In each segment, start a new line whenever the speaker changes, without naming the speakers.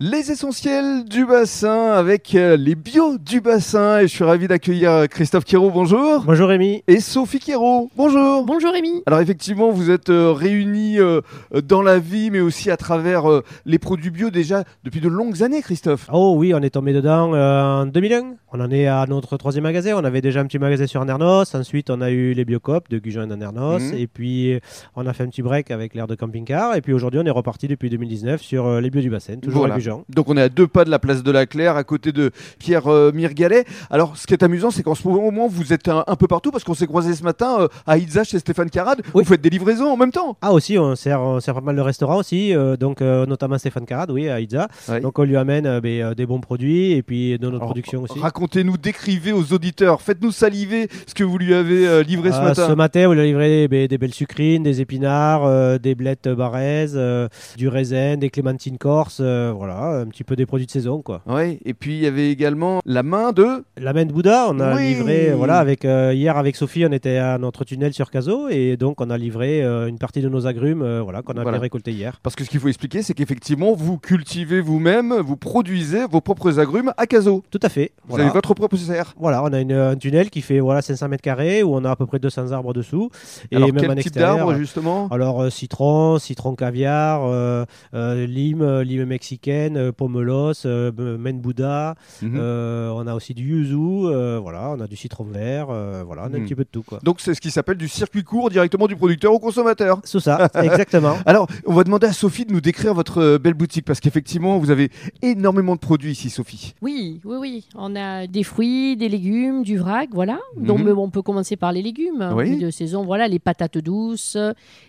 Les essentiels du bassin avec euh, les bio du bassin. Et je suis ravi d'accueillir euh, Christophe Quérault, bonjour.
Bonjour Rémi.
Et Sophie Quérault, bonjour.
Bonjour Rémi.
Alors effectivement, vous êtes euh, réunis euh, dans la vie, mais aussi à travers euh, les produits bio déjà depuis de longues années, Christophe.
Oh oui, on est tombé dedans euh, en 2001. On en est à notre troisième magasin. On avait déjà un petit magasin sur Nernos. Ensuite, on a eu les Biocop de Gujan et d'Anernos.
Mhm.
Et puis, euh, on a fait un petit break avec l'air de camping-car. Et puis aujourd'hui, on est reparti depuis 2019 sur euh, les Bio du Bassin, toujours
Voilà.
à Gujan.
Donc on est à deux pas de la place de la Claire, à côté de Pierre euh, Mirgalet. Alors ce qui est amusant, c'est qu'en ce moment, vous êtes un, un peu partout parce qu'on s'est croisés ce matin euh, à Itza chez Stéphane Carade.
Oui.
Vous faites des livraisons en même temps.
Ah aussi, on sert, on sert pas mal de restaurants aussi, euh, donc euh, notamment Stéphane Carade, oui, à Itza.
Ouais.
Donc on lui amène euh, ben, euh, des bons produits et puis de notre
Alors,
production aussi.
Oh, Racontez-nous, décrivez aux auditeurs, faites-nous saliver ce que vous lui avez euh, livré ce
Euh,
matin.
Ce matin, on lui a livré ben, des belles sucrines, des épinards, euh, des blettes barèzes, euh, du raisin, des clémentines corse, euh, voilà, un petit peu des produits de saison quoi.
Ouais, et puis il y avait également la main de.
La main de Bouddha, on a
Oui.
livré, euh, voilà, avec euh, hier avec Sophie, on était à notre tunnel sur Cazaux et donc on a livré euh, une partie de nos agrumes, euh, voilà, qu'on a
Voilà.
bien récolté hier.
Parce que ce qu'il faut expliquer, c'est qu'effectivement, vous cultivez vous-même, vous produisez vos propres agrumes à Cazaux.
Tout à fait.
Vous
voilà.
avez votre propre serre.
Voilà, on a une- un tunnel qui fait voilà 500 mètres carrés où on a à peu près 200 arbres dessous et
Alors,
même
quel
en
type
extérieur.
d'arbre, justement
alors euh, citron, citron caviar, euh, euh, lime, euh, lime mexicaine, euh, pomelos, euh, b- maine bouddha.
Mhm.
euh, on a aussi du yuzu, euh, voilà, on a du citron vert, euh, voilà, on a
Mhm.
un petit peu de tout quoi.
Donc, c'est ce qui s'appelle du circuit court directement du producteur au consommateur.
C'est ça, exactement.
Alors, on va demander à Sophie de nous décrire votre euh, belle boutique parce qu'effectivement, vous avez énormément de produits ici, Sophie.
Oui, oui, oui. On a des fruits, des légumes, du vrac, voilà. Donc
Mhm.
mais bon, on peut commencer par les légumes hein,
Oui.
fruits de saison. Voilà, les patates douces,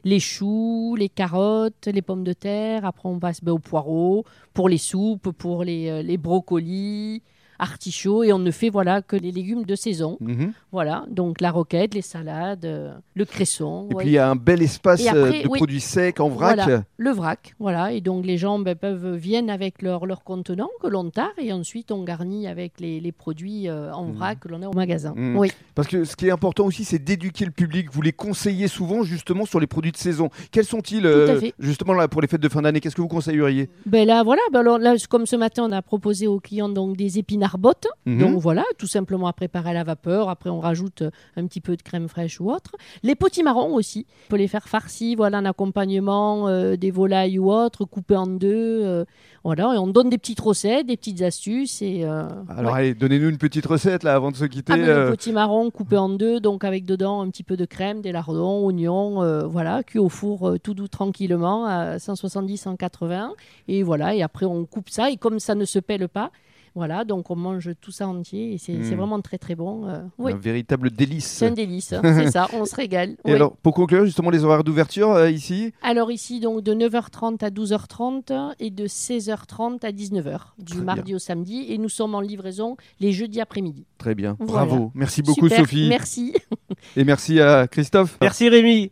les choux, les carottes, les pommes de terre. Après, on passe ben, aux poireaux, pour les soupes, pour les, euh, les brocolis, artichauts. Et on ne fait voilà que les légumes de saison.
Mhm.
Voilà, donc la roquette, les salades, euh, le cresson.
Et
ouais.
puis, il y a un bel espace
Et après,
euh, de
oui.
produits secs en vrac.
Voilà. le vrac, voilà. Et donc les gens ben, peuvent viennent avec leur, leur contenant que l'on tare et ensuite on garnit avec les, les produits euh, en
Mhm.
vrac que l'on a au magasin.
Mhm.
Oui,
Parce que ce qui est important aussi, c'est d'éduquer le public. Vous les conseillez souvent justement sur les produits de saison. Quels sont-ils euh,
fait.
justement là pour les fêtes de fin d'année Qu'est-ce que vous conseilleriez
ben là voilà, ben alors, là, comme ce matin on a proposé aux clients donc des épinards bottes.
Mmh. Mm-hmm.
Donc voilà, tout simplement à préparer à la vapeur. Après, on rajoute euh, un petit peu de crème fraîche ou autre. Les potimarrons aussi. On peut les faire farcis, voilà, en accompagnement euh, des volailles ou autres, coupés en deux. euh, voilà, et on donne des petites recettes, des petites astuces. Et, euh,
Alors
ouais.
allez, donnez-nous une petite recette là avant de se quitter.
Ah, ben,
euh,
Le potimarron coupé en deux, donc avec dedans un petit peu de crème, des lardons, oignons, euh, voilà, cuit au four euh, tout doux tranquillement à 170-180. Et voilà, et après on coupe ça, et comme ça ne se pèle pas, voilà, donc on mange tout ça entier, et c'est
Mm.
c'est vraiment très très bon. euh, oui,
Un véritable délice.
c'est un délice, hein, c'est ça, on se régale.
Ah, Et
oui.
alors, pour conclure justement les horaires d'ouverture euh, ici,
Alors ici, donc de 9h30 à 12h30 et de 16h30 à 19h, du
Très
mardi au samedi, et nous sommes en livraison les jeudis après-midi.
très bien.
Voilà.
Bravo. Merci beaucoup
Super,
Sophie
Merci.
et merci à Christophe.
Merci Rémi.